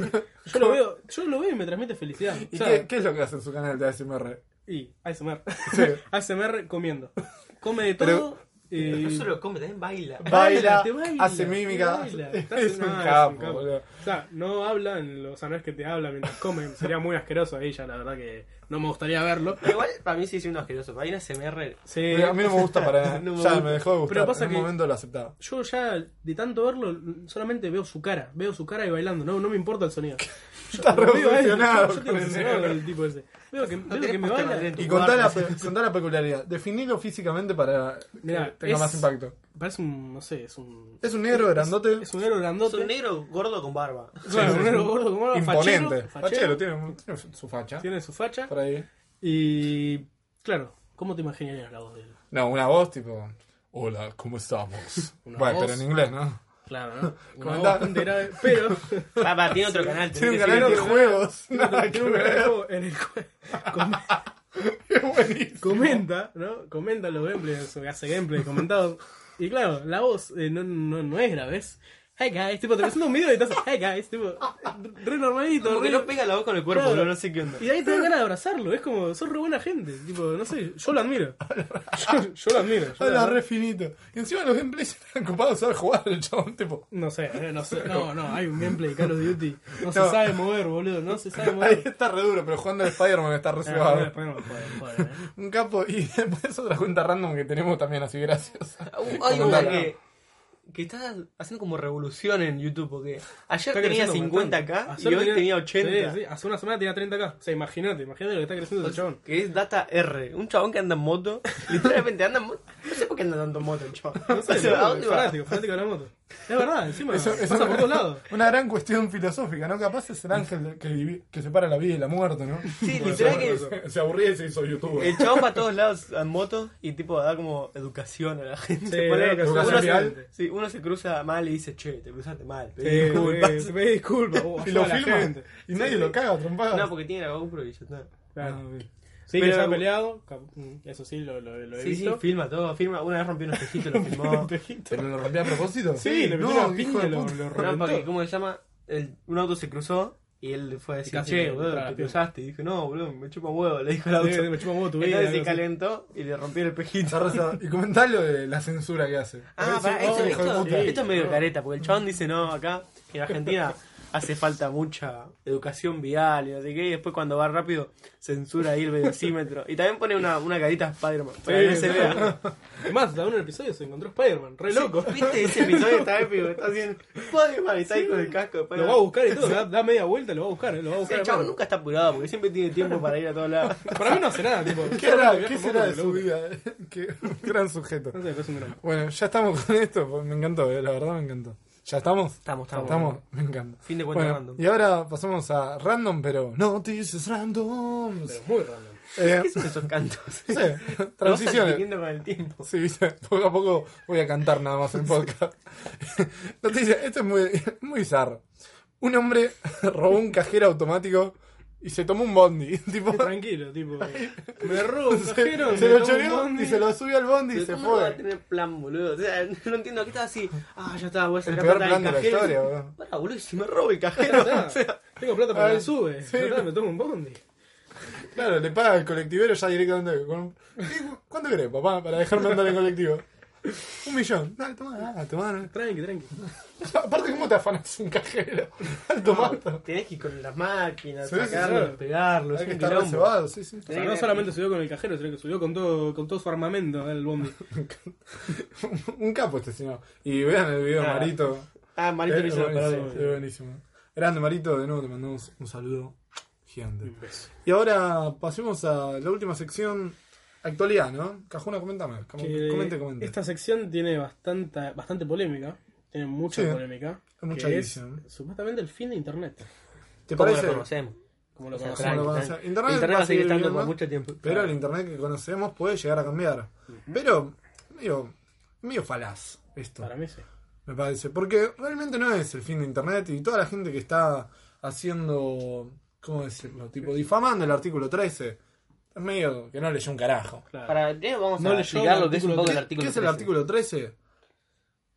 S3: Yo lo veo, yo lo veo y me transmite felicidad.
S1: ¿Y
S3: O sea,
S1: qué, qué es lo que hace en su canal de ASMR?
S3: Y ASMR.
S1: Sí.
S3: ASMR comiendo. Come de
S1: Pero-
S3: todo. eh,
S2: No solo come, también baila.
S1: Baila,
S3: te
S1: hace
S3: te
S1: mímica.
S3: baila.
S1: Es un
S3: Ah,
S1: capo, boludo.
S3: O sea, no habla, en lo- o sea, no es que te habla mientras come. Sería muy asqueroso ahí ya, la verdad que no me gustaría verlo.
S2: Igual para mí sí es un asqueroso. Para ir a SMR.
S3: Sí,
S1: Mira, a mí no me gusta para nada.
S3: Eh, No me
S1: ya,
S3: gusta.
S1: me dejó de gustar.
S3: Pero pasa
S1: en
S3: que-
S1: un momento lo aceptaba.
S3: Yo ya de tanto verlo, solamente veo su cara. Veo su cara y bailando. No, no me importa el sonido.
S1: Está
S3: Veo a él, yo-
S1: revolucionado.
S3: Yo, tengo obsesionado con el tipo ese. Veo que, veo
S2: tenés
S3: que me
S2: posterioridad
S3: baila.
S2: en tu
S1: Y
S2: cuarto,
S1: contá la,
S2: así.
S1: pe- contá la peculiaridad. Definilo físicamente para que
S3: Mirá,
S1: tenga
S3: es-
S1: más impacto.
S3: Parece un, no sé, es un...
S1: Es un negro grandote.
S3: Es un héroe
S2: Es
S3: grandote.
S2: un negro gordo con barba.
S3: Claro, un negro gordo como ahora,
S1: imponente.
S3: fachero,
S1: Fachero, tiene, tiene su facha.
S3: Tiene su facha.
S1: Por ahí.
S3: Y claro, ¿cómo te imaginarías la voz de él?
S1: No, una voz tipo. Hola, ¿cómo estamos?
S3: Una
S1: bueno,
S3: voz.
S1: pero en inglés, ¿no?
S3: Claro, ¿no? Una
S1: Comentá.
S3: voz bastante grave, pero
S2: Papá, tiene otro canal.
S1: Tiene un
S2: tenés que
S1: canal de
S2: seguirlo.
S1: juegos. Nada que
S3: tiene un
S1: ver.
S3: grafo en el cual com-
S1: Es buenísimo.
S3: comenta, ¿no? Comenta los gameplays, o hace gameplays comentados. Y claro, la voz eh, no, no, no es grave, es Hey guys, tipo, te presento un video y te hace Hey guys, tipo, re normalito,
S2: Como que
S3: re...
S2: no pega la voz con el cuerpo,
S3: Claro.
S2: boludo, no sé qué onda.
S3: Y ahí te dan ganas de abrazarlo, es como, sos re buena gente, tipo, no sé, yo lo admiro. Yo, yo lo admiro. yo
S1: Habla
S3: la-
S1: re finito. Y encima los gameplays están ocupados a jugar el chabón, tipo.
S3: No sé, eh, no sé, no, no, hay un gameplay de Call of Duty. No, se
S1: No.
S3: sabe mover, boludo, no se sabe
S1: Ahí
S3: mover.
S1: está re duro, pero jugando al Spider-Man está re
S3: Ah, bueno,
S1: cebado.
S3: después no me jodan, jodan, eh.
S1: Un capo. Y después otra cuenta random que tenemos también así graciosa.
S2: Hay una
S1: Comentala.
S2: que, que está haciendo como revolución en YouTube, porque ayer
S3: Está
S2: tenía
S3: creciendo
S2: 50
S3: bastante.
S2: acá y
S3: Ayer
S2: hoy tenía 80.
S3: Sí, sí, hace una semana tenía 30 acá. O sea, imagínate, imagínate lo que está creciendo ese chabón.
S2: Que es Data R, un chabón que anda en moto. Literalmente anda en moto. No sé por qué anda tanto en moto el chabón.
S3: No sé,
S2: O sea, ¿a
S3: boludo,
S2: dónde va?
S3: fanático, fanático de la moto. Es verdad, encima
S1: Eso- eso-
S3: pasa Ah, por todos lados.
S1: Una gran cuestión filosófica, ¿no? Capaz es el ángel que, divi- que separa la vida y la muerte, ¿no?
S2: Sí, literal que
S1: Se aburría y se hizo youtuber.
S2: el chabón va a todos lados en moto y tipo da como educación a la gente.
S3: Sí,
S2: Ponele,
S3: educación
S2: uno,
S1: vial.
S2: se, sí, uno se cruza mal y dice, che, te cruzaste mal.
S3: Sí,
S2: pedí disculpas".
S3: sí, me disculpa. vos,
S1: Y lo
S3: ayuda a la
S1: filman.
S3: gente.
S1: Y nadie lo caga, trompado.
S2: No, porque tiene la GoPro y ya está.
S3: Claro.
S1: Ah, ok.
S3: Sí,
S2: Pero-
S3: que se ha peleado. cap- mm, Eso sí, lo, lo, lo he
S2: Sí, sí,
S3: visto.
S2: filma todo, filma. Una vez rompió un espejito, lo filmó.
S1: ¿Pero lo rompía a propósito?
S3: Sí, le metió
S1: no,
S3: una
S1: hijo
S3: piña,
S1: de
S3: lo,
S1: puta.
S3: lo
S2: No,
S3: reventó.
S2: porque, ¿cómo se llama? El- un auto se cruzó y él fue a
S3: Y
S2: decir,
S3: casi
S2: che,
S3: le
S2: boludo,
S3: entraba
S2: te
S3: la pierna".
S2: cruzaste. Y dijo, no, boludo, me chupa un huevo, le dijo el auto.
S3: Sí, me chupa un huevo tu vida,
S2: Entonces
S3: algo
S2: se
S3: así.
S2: calentó y le rompió el
S1: Esa
S2: espejito.
S1: raza- Y comentá lo de la censura que hace.
S2: Ah, pará,
S1: Sí,
S2: esto,
S1: hijo de
S2: esto-
S1: puta.
S2: esto es medio careta, porque el chabón dice, no, acá en Argentina hace falta mucha educación vial y no sé qué, y después cuando va rápido censura ahí el velocímetro. Y también pone una, una carita Spider-Man, para que no se vea.
S3: Además, en un episodio se encontró Spider-Man, re loco.
S2: ¿Viste ese episodio? Está épico, está haciendo Spider-Man y está ahí con el casco. de
S3: Lo
S2: Spider-Man.
S3: va a buscar y todo, da, da media vuelta, lo va a buscar, eh, lo va a buscar.
S2: El chabón
S3: hermano.
S2: nunca está apurado porque siempre tiene tiempo para ir a todos lados.
S3: Para mí no hace nada, tipo.
S1: ¿Qué será,
S3: viaja
S1: ¿Qué
S3: en
S1: será
S3: moto,
S1: de
S3: lo
S1: su
S3: busca.
S1: vida? Qué gran sujeto.
S3: No sé, pero es un gran.
S1: Bueno, ya estamos con esto. pues, Me encantó, eh, la verdad me encantó. ¿Ya estamos?
S2: Estamos, estamos.
S1: Me encanta.
S2: Fin de cuentas
S1: Bueno,
S2: random.
S1: Y ahora pasamos a random, pero noticias random.
S3: Pero muy random.
S1: Eh,
S2: ¿Qué son esos cantos?
S1: sí,
S2: Lo vas
S1: transiciones.
S2: adquiriendo con el tiempo.
S1: Sí, viste, poco a poco voy a cantar nada más en podcast. Noticias, esto es muy, muy bizarro. Un hombre robó un cajero automático y se tomó un bondi. tipo,
S3: Tranquilo, tipo. Me robó un
S1: se,
S3: cajero, me
S1: se lo
S3: robó un
S1: choreó
S3: bondi.
S1: y se lo subió al bondi y se
S2: ¿Cómo no va a
S1: fue.
S2: tener plan, boludo? O sea, no entiendo. Aquí estaba así. Ah, ya estaba, voy a
S1: El
S2: sacar
S1: peor
S2: plata
S1: plan de
S2: del
S1: la
S2: cajero.
S1: historia, boludo.
S2: Pará, boludo, y si me robo el cajero.
S3: Ah,
S2: o sea,
S3: tengo plata para
S1: Ay,
S3: que sube.
S1: sí.
S3: Ya está, me tomo un bondi.
S1: Claro, le paga al colectivero ya directamente. Con... un- "Sí, cu- ¿Cuánto querés, papá, para dejarme andar en colectivo? Un millón. Dale, tomá, dale, tomá. dale".
S3: Tranqui, tranqui.
S1: Aparte, ¿cómo te afanas un cajero? Dale, tomá.
S2: tenés que ir con las máquinas,
S1: Sí, sí,
S2: sacarlo,
S3: sí.
S2: pegarlo.
S1: Hay que
S2: es un
S1: estar
S2: quilombo.
S1: reservado, sí, sí.
S3: O sea, no solamente subió con el cajero, sino que subió con todo, con todo su armamento el bondi.
S1: Un capo este señor. Y vean el video de
S2: Nada.
S1: Marito. Eh,
S2: Ah, Marito lo
S1: es,
S2: hizo
S1: buenísimo,
S2: parar.
S1: es buenísimo. Grande Marito, de nuevo te mandamos un saludo gigante.
S3: Un beso.
S1: Y ahora pasemos a la última sección. Actualidad, ¿no? Cajuna, coméntame. com-
S3: Que
S1: Comente, comente.
S3: Esta sección tiene bastante, bastante polémica. Tiene mucha
S1: Sí.
S3: polémica.
S1: Hay mucha
S3: que
S1: edición.
S3: es, supuestamente el fin de internet.
S1: ¿Te
S2: ¿Cómo
S1: parece?
S2: lo conocemos?
S3: Como lo
S2: O sea,
S3: conocemos.
S1: ¿Cómo lo conocemos?
S2: tranqui, tranqui.
S1: Internet
S2: Internet va
S1: va a
S2: a seguir
S1: seguir
S2: estando por
S1: viviendo.
S2: mucho tiempo.
S1: Pero el internet que conocemos puede llegar a cambiar. Pero, medio, medio falaz esto.
S3: Para mí sí.
S1: me parece. Porque realmente no es el fin de Internet y toda la gente que está haciendo, ¿cómo decirlo? Tipo, difamando el artículo 13. Es medio que no leyó un carajo.
S3: Claro.
S2: Para, eh, vamos
S3: No
S2: a
S3: leyó
S2: explicar
S3: el
S2: lo que es un
S3: artículo
S2: poco
S1: ¿Qué,
S2: el artículo.
S1: qué es el
S2: 13.
S1: artículo 13?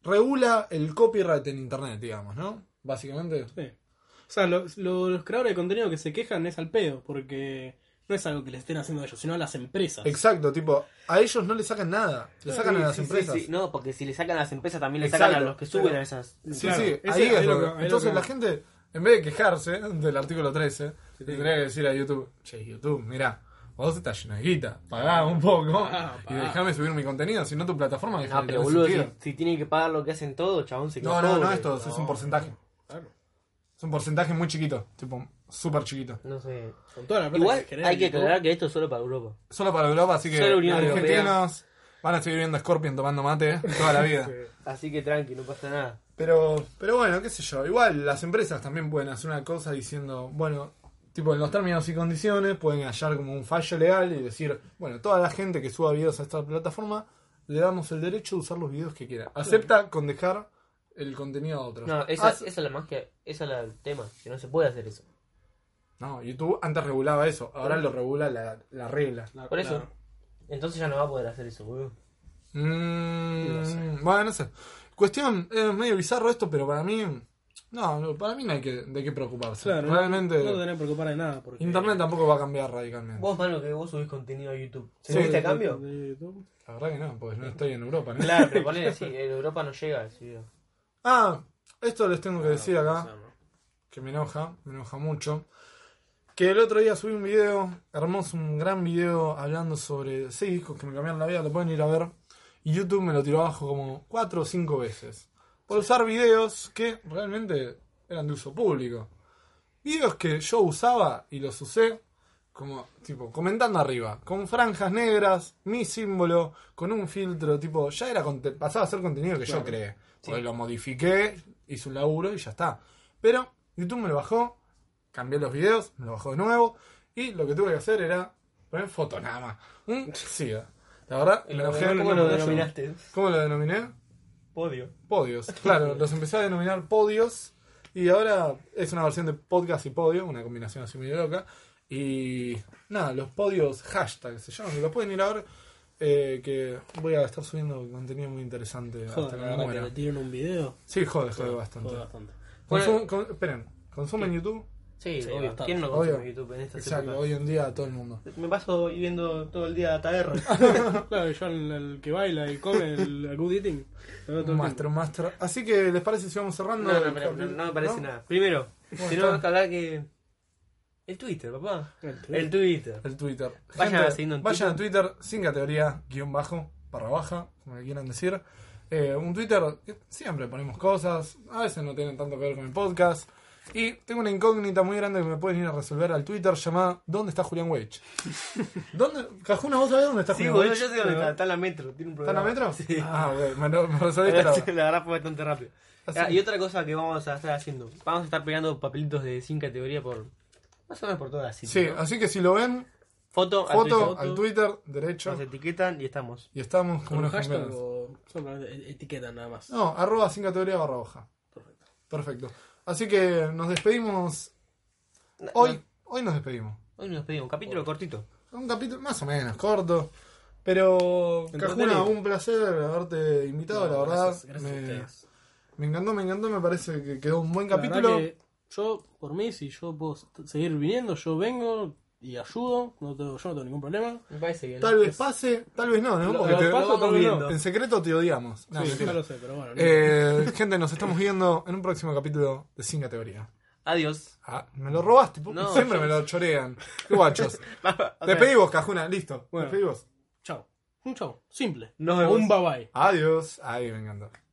S1: Regula el copyright en Internet, digamos, ¿no? Básicamente.
S3: Sí. O sea, lo- lo- los creadores de contenido que se quejan es al pedo, porque no es algo que les estén haciendo a ellos, sino a las empresas.
S1: Exacto, tipo, a ellos no le sacan nada. Le sacan
S2: Sí,
S1: a las
S2: sí, sí,
S1: empresas.
S2: sí. No, porque si le sacan a las empresas también le
S1: Exacto,
S2: sacan a los que suben
S1: pero-
S2: a esas.
S1: Sí,
S3: Claro,
S1: sí,
S3: ese-
S1: ahí es
S3: ahí lo
S1: donde-
S3: que- ahí lo
S1: Entonces
S3: que-
S1: la gente, en vez de quejarse del artículo 13, le tendría que decir a YouTube, che, YouTube, mirá, vos estás lleno de guita, pagá un poco
S3: Pagá,
S1: y
S3: Ah, pagá.
S1: dejame subir mi contenido, si no tu plataforma deja
S2: No,
S1: de
S2: pero
S1: tener
S2: boludo, si,
S1: sentido".
S2: si tienen que pagar lo que hacen todo, chabón se
S1: No,
S2: queda
S1: no, no
S2: pobre.
S1: es todo, es un porcentaje.
S3: Claro.
S1: Es un porcentaje muy chiquito, tipo, súper chiquito.
S2: No sé.
S3: Con toda la plata
S2: Igual
S3: que genera
S2: hay que
S3: YouTube,
S2: aclarar que esto es solo para Europa.
S1: Solo para Europa, así que
S2: Solo Unión
S1: argentinos
S2: Europea.
S1: van a seguir viendo Scorpion tomando mate toda la vida.
S2: Así que tranqui, no pasa nada.
S1: Pero, pero bueno, qué sé yo. Igual las empresas también pueden hacer una cosa diciendo, bueno, tipo en los términos y condiciones pueden hallar como un fallo legal y decir, bueno, toda la gente que suba videos a esta plataforma le damos el derecho de usar los videos que quiera. Acepta con dejar el contenido a otros. Ah,
S2: No, esa,
S1: Haz-
S2: esa es la más que. Esa es la- el tema, que no se puede hacer eso.
S1: no, YouTube antes regulaba eso, ahora lo regula la, la regla.
S3: claro,
S2: Por eso.
S3: claro.
S2: Entonces ya no va a poder hacer eso, boludo.
S1: Mm,
S3: No sé.
S1: Bueno, no sé. Cuestión, es medio bizarro esto, pero para mí, no, no, para mí no hay que, de qué preocuparse.
S3: Claro,
S1: Realmente,
S3: no, no tenés que preocupar de nada. Porque
S1: Internet tampoco va a cambiar radicalmente.
S2: Vos, mano, que vos subís contenido a YouTube. ¿Se
S1: Sí.
S2: a cambio?
S3: de YouTube.
S1: La verdad que no, porque no estoy en Europa. ¿no?
S2: Claro, pero ponele así, en Europa no llega ese video.
S1: Ah, esto les tengo que decir
S3: O sea,
S1: acá,
S3: ¿no?
S1: que me enoja, me enoja mucho. Que el otro día subí un video, hermoso, un gran video hablando sobre seis discos que me cambiaron la vida, lo pueden ir a ver. Y YouTube me lo tiró abajo como cuatro o cinco veces. Por usar videos que realmente eran de uso público. Videos que yo usaba y los usé como, tipo, comentando arriba, con franjas negras, mi símbolo, con un filtro, tipo, ya era conte- pasaba a ser contenido que yo creé. Porque lo modifiqué, hice un laburo y ya está. Pero YouTube me lo bajó, cambié los videos, me lo bajó de nuevo, y lo que tuve que hacer era poner foto nada más. Un SIDA. La verdad, me enojé.
S2: ¿Cómo lo denominaste?
S1: ¿Cómo lo denominé?
S2: Podio.
S1: Podios. Claro, los empecé a denominar podios. Y ahora es una versión de podcast y podio, una combinación así medio loca. Y nada, los podios hashtag se llaman, que los pueden ir a ver. eh, que voy a estar subiendo contenido muy interesante
S3: Joder,
S1: hasta que
S3: la
S1: me
S3: verdad que
S1: muera.
S3: le tiran un video.
S1: Sí, jode, jode bastante.
S3: Joder, bastante.
S1: Consum- con- esperen, ¿consumen YouTube?
S2: Sí,
S3: Sí,
S2: obvio.
S3: bastante.
S2: ¿Quién no consume
S1: Obvio.
S2: YouTube en este esta
S1: Exacto, hoy en día a todo el mundo.
S2: Me paso viendo todo el día ATR.
S3: Claro, yo el, el que baila y come, el, el good eating. lo veo todo el
S1: Master, master. Así que, ¿les parece si vamos cerrando?
S2: No,
S1: el
S2: no, pero no,
S1: capítulo?
S2: no me parece
S1: ¿No?
S2: nada. Primero,
S1: Bueno,
S2: tenemos
S1: está.
S2: que hablar que. El Twitter, papá.
S3: tiempo.
S2: El Twitter.
S1: El Twitter.
S2: Vayan
S1: Gente,
S2: a seguirnos en
S1: vayan a Twitter sin categoría, guión bajo, barra baja, como le quieran decir. Eh, un Twitter que siempre ponemos cosas, a veces no tienen tanto que ver con el podcast. Y tengo una incógnita muy grande que me pueden ir a resolver al Twitter llamada ¿Dónde está Julián Weich? ¿Dónde? Cajuna, ¿vos sabés dónde está
S2: Sí,
S1: Julián
S2: boludo,
S1: Weich? Eh,
S2: yo sé dónde está. Está en la metro. Tiene un
S1: ¿Está en
S2: problema.
S1: la metro?
S2: Sí.
S1: Ah, ok, me, lo- me
S2: la
S1: resolviste la
S2: verdad la fue bastante rápido.
S1: Así.
S2: Ah, Y otra cosa que vamos a estar haciendo. Vamos a estar pegando papelitos de sin categoría por. Más o menos por todas las citas,
S1: Sí,
S2: ¿no?
S1: así que si lo ven,
S2: Foto, al
S1: foto
S2: Twitter.
S1: al Twitter, derecho,
S2: Nos etiquetan y estamos.
S1: y estamos
S3: ¿Con
S1: como
S3: un
S1: unos
S3: hashtag
S1: campeones.
S3: o solamente et- etiqueta nada más?
S1: No, arroba sin categoría barra baja.
S3: Perfecto.
S1: Perfecto. Así que nos despedimos hoy hoy nos despedimos.
S2: Hoy nos pedimos un capítulo cortito.
S1: Un capítulo más o menos corto. Pero,
S3: Entretenido.
S1: Cajuna, un placer haberte invitado, la verdad.
S4: Gracias, gracias a
S1: me,
S4: ustedes.
S1: me encantó, me encantó, me parece que quedó un buen
S3: La
S1: capítulo.
S3: verdad que yo, por mí, si yo puedo st- seguir viniendo, yo vengo y ayudo. No tengo, yo no tengo ningún problema.
S2: Me parece bien.
S1: Tal vez pase, tal vez no, ¿no?
S3: Lo-
S1: Porque
S3: lo
S1: te-
S3: paso,
S2: vamos
S3: tal vez no.
S2: viendo.
S1: en secreto te odiamos. No,
S3: Sí,
S1: mentira.
S3: ya lo sé, pero bueno. no.
S1: Eh, gente, nos estamos viendo en un próximo capítulo de Sin Categoría.
S2: Adiós.
S1: Ah, me lo robaste, porque
S2: No,
S1: siempre
S2: yo-
S1: me lo chorean. Qué guachos.
S2: O sea,
S1: Despedimos, Cajuna, listo.
S3: Bueno.
S1: Despedimos.
S3: Chao. Un chao. Simple.
S2: Nos
S3: O
S2: vemos.
S3: Un bye bye.
S1: Adiós. Ay, me encantó.